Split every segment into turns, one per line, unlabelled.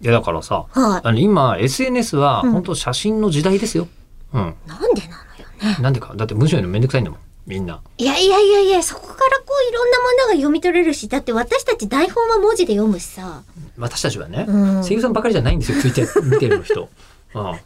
いやだからさ、
はい。
あの今 SNS は
うん
本当写真の時代ですよ。うん。
なんでなのよね。
なんでか。だって文章読むのめんどくさいんだもん。みんな。
いやいやいやいや、そこからこういろんなものが読み取れるし、だって私たち台本は文字で読むしさ。
私たちはね、
うん
声優さんばかりじゃないんですよ。ツイッター見てる人。うん。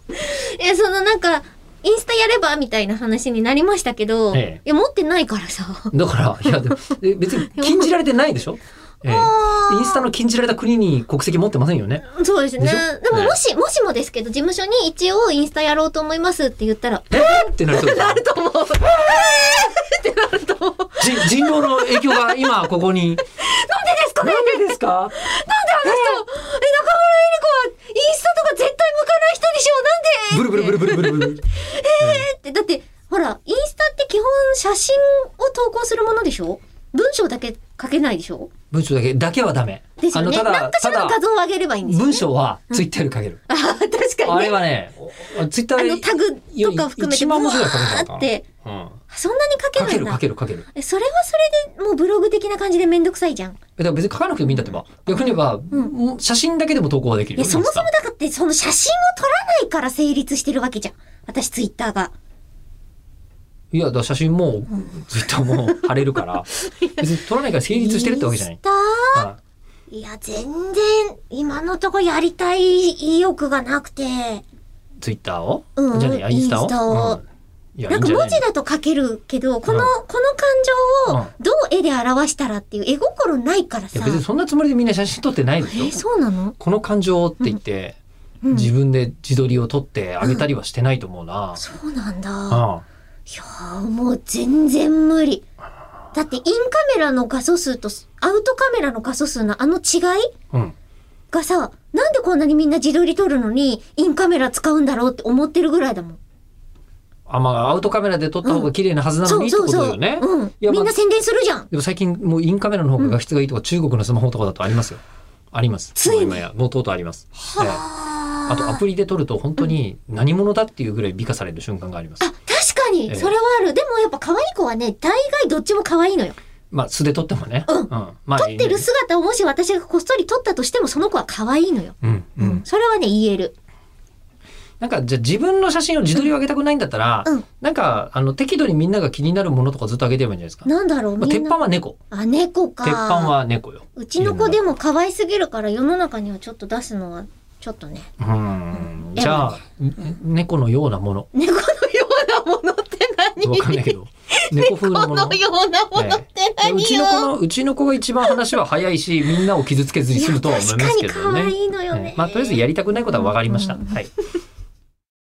え、そのなんか、インスタやればみたいな話になりましたけど、
ええ
いや、持ってないからさ。
だから、いや、でもえ別に禁じられてないでしょ、ええ
あー
インスタの禁じられた国に国籍持ってませんよね。
そうですね
でしょ。
でも
ね
もし、もしもですけど、事務所に一応インスタやろうと思いますって言ったら、
えー、ってなると。なると思う。ってなると思う。人狼の影響が今ここに。なんでですか、
え、中村江里子はインスタとか絶対向かない人でしょなんで
ブルブルブルブルブルブル。
えって、だって、ほら、インスタって基本写真を投稿するものでしょ文章だけ書けないでしょ
文章だけ、だけはダメ。
ですよね。
た
何
だ、
かしたらの
だ、
画像を上げればいいんですよ、ね。
文章はツイッターより書ける。
あー確
あ
か
れ
にね。
はね、おツイッタ
あ
ー
のタグとか含めて、
1万文字ぐらい書け
ブ
た
ワ
のかな
ーって、
うん。
そんなに書け
書
な
け
いん
る
だ。
書ける書ける。
えそれはそれでもうブログ的な感じでめんどくさいじゃん。
えだから別に書かなくてもいいんだってば。逆に言えば、もう写真だけでも投稿はできる
いや、
よ。
そもそ
インスタ
もだからって、その写真を撮らないから成立してるわけじゃん。私、ツイッターが。
いや、だから写真も、ツイッターも貼れる から、別に撮らないから成立してるってわけじゃな
イン
い
ス。タ
はい
や、全然、今のとこやりたい意欲がなくて。
いツイッターを、
うん
じゃあね、あインスタを
インスタを
うんいや、い
ない
ん
んか
じゃな
文
い
字だと書けるけど、この、
う
この感情をどう絵で表したらっていう絵心ないから
い
さ
や、。別にそんなつもりでみんな写真撮ってない
え
でしょ
ー、。そうなの
この感情って言って、
うん
自分で自撮りを撮ってあげたりはしてないと思うな。
そうなんだ。
うんあ
いやーもう全然無理。だってインカメラの画素数とアウトカメラの画素数のあの違い
うん。
がさ、なんでこんなにみんな自撮り撮るのにインカメラ使うんだろうって思ってるぐらいだもん。
あ、まあ、アウトカメラで撮った方が綺麗なはずなの
そう
にって
そ
こ
う
とだ
そう。
よね。
うん。
いやまあ
みんな宣伝するじゃん。
でも最近もうインカメラの方が画質がいいとか、中国のスマホとかだとありますよ。あります。
ついに
もう今や、もうとうとうあります。ええ
あ
あとアプリで撮ると本当に何者だっていうぐらい美化される瞬間があります。
あ、確か
え
に、
え
それはある。でもやっぱ可愛い子はね、大概どっちも可愛いのよ。
まあ素で撮ってもね。
うん
まあ
撮ってる姿をもし私がこっそり撮ったとしても、その子は可愛いのよ。
うんうん。
それはね、言える。
なんかじゃあ自分の写真を自撮りを上げたくないんだったら、
うん
なんかあの適度にみんなが気になるものとかずっと上げてればいいんじゃないですか。
なんだろう、
まあ、
み
鉄
ん
板
な。
は猫。
あ、猫か。
鉄板は猫よ。
うちの子でも可愛すぎるから世の中にはちょっと出すのはちょっとね。
うん
う。ん
じゃあ、猫のようなもの。
猫のようなものって何
わかんないけ ど。猫風のもの。
のようなものって何よ、
うちの子の、うちの子が一番話は早いし、みんなを傷つけずに済むとは思いますけどね。
いや確かに可愛いのよね
ええまあ、とりあえずやりたくないことは分かりました。はい。